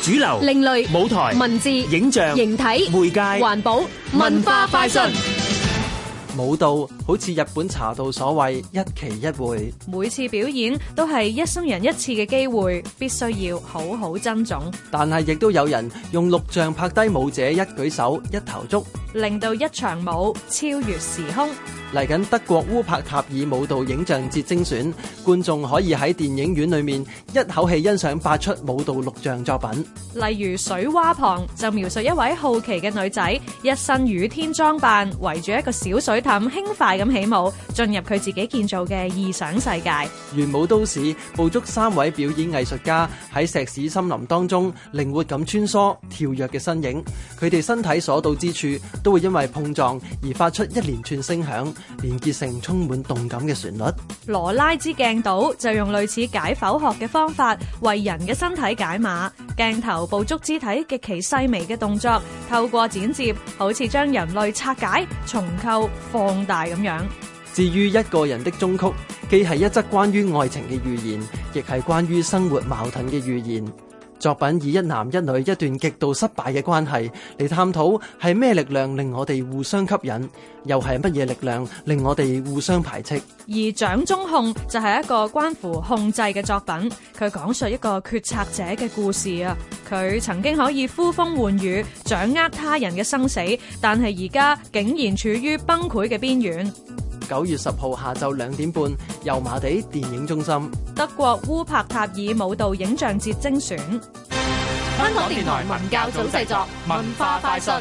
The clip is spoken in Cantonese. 主流、另類舞台、文字影像、形體媒介、環保文化快訊，舞蹈好似日本茶道所謂一期一會，每次表演都係一生人一次嘅機會，必須要好好珍重，但係亦都有人用錄像拍低舞者一舉手一投足。令到一場舞超越時空。嚟緊德國烏柏塔爾舞蹈影像節精選，觀眾可以喺電影院裏面一口氣欣賞八出舞蹈錄像作品。例如水窪旁就描述一位好奇嘅女仔，一身雨天裝扮，圍住一個小水凼，輕快咁起舞，進入佢自己建造嘅異想世界。元舞都市捕捉三位表演藝術家喺石屎森林當中靈活咁穿梭、跳躍嘅身影，佢哋身體所到之處都會因為碰撞而發出一連串聲響，連結成充滿動感嘅旋律。羅拉之鏡島就用類似解剖學嘅方法，為人嘅身體解碼。鏡頭捕捉肢體極其細微嘅動作，透過剪接，好似將人類拆解、重構、放大咁樣。至於一個人的中曲，既係一則關於愛情嘅寓言，亦係關於生活矛盾嘅寓言。作品以一男一女一段極度失敗嘅關係嚟探討係咩力量令我哋互相吸引，又係乜嘢力量令我哋互相排斥。而掌中控就係一個關乎控制嘅作品，佢講述一個決策者嘅故事啊。佢曾經可以呼風喚雨，掌握他人嘅生死，但係而家竟然處於崩潰嘅邊緣。九月十號下晝兩點半，油麻地電影中心。德國烏柏塔爾舞蹈影像節精選。香港電台文教組製作文化快訊。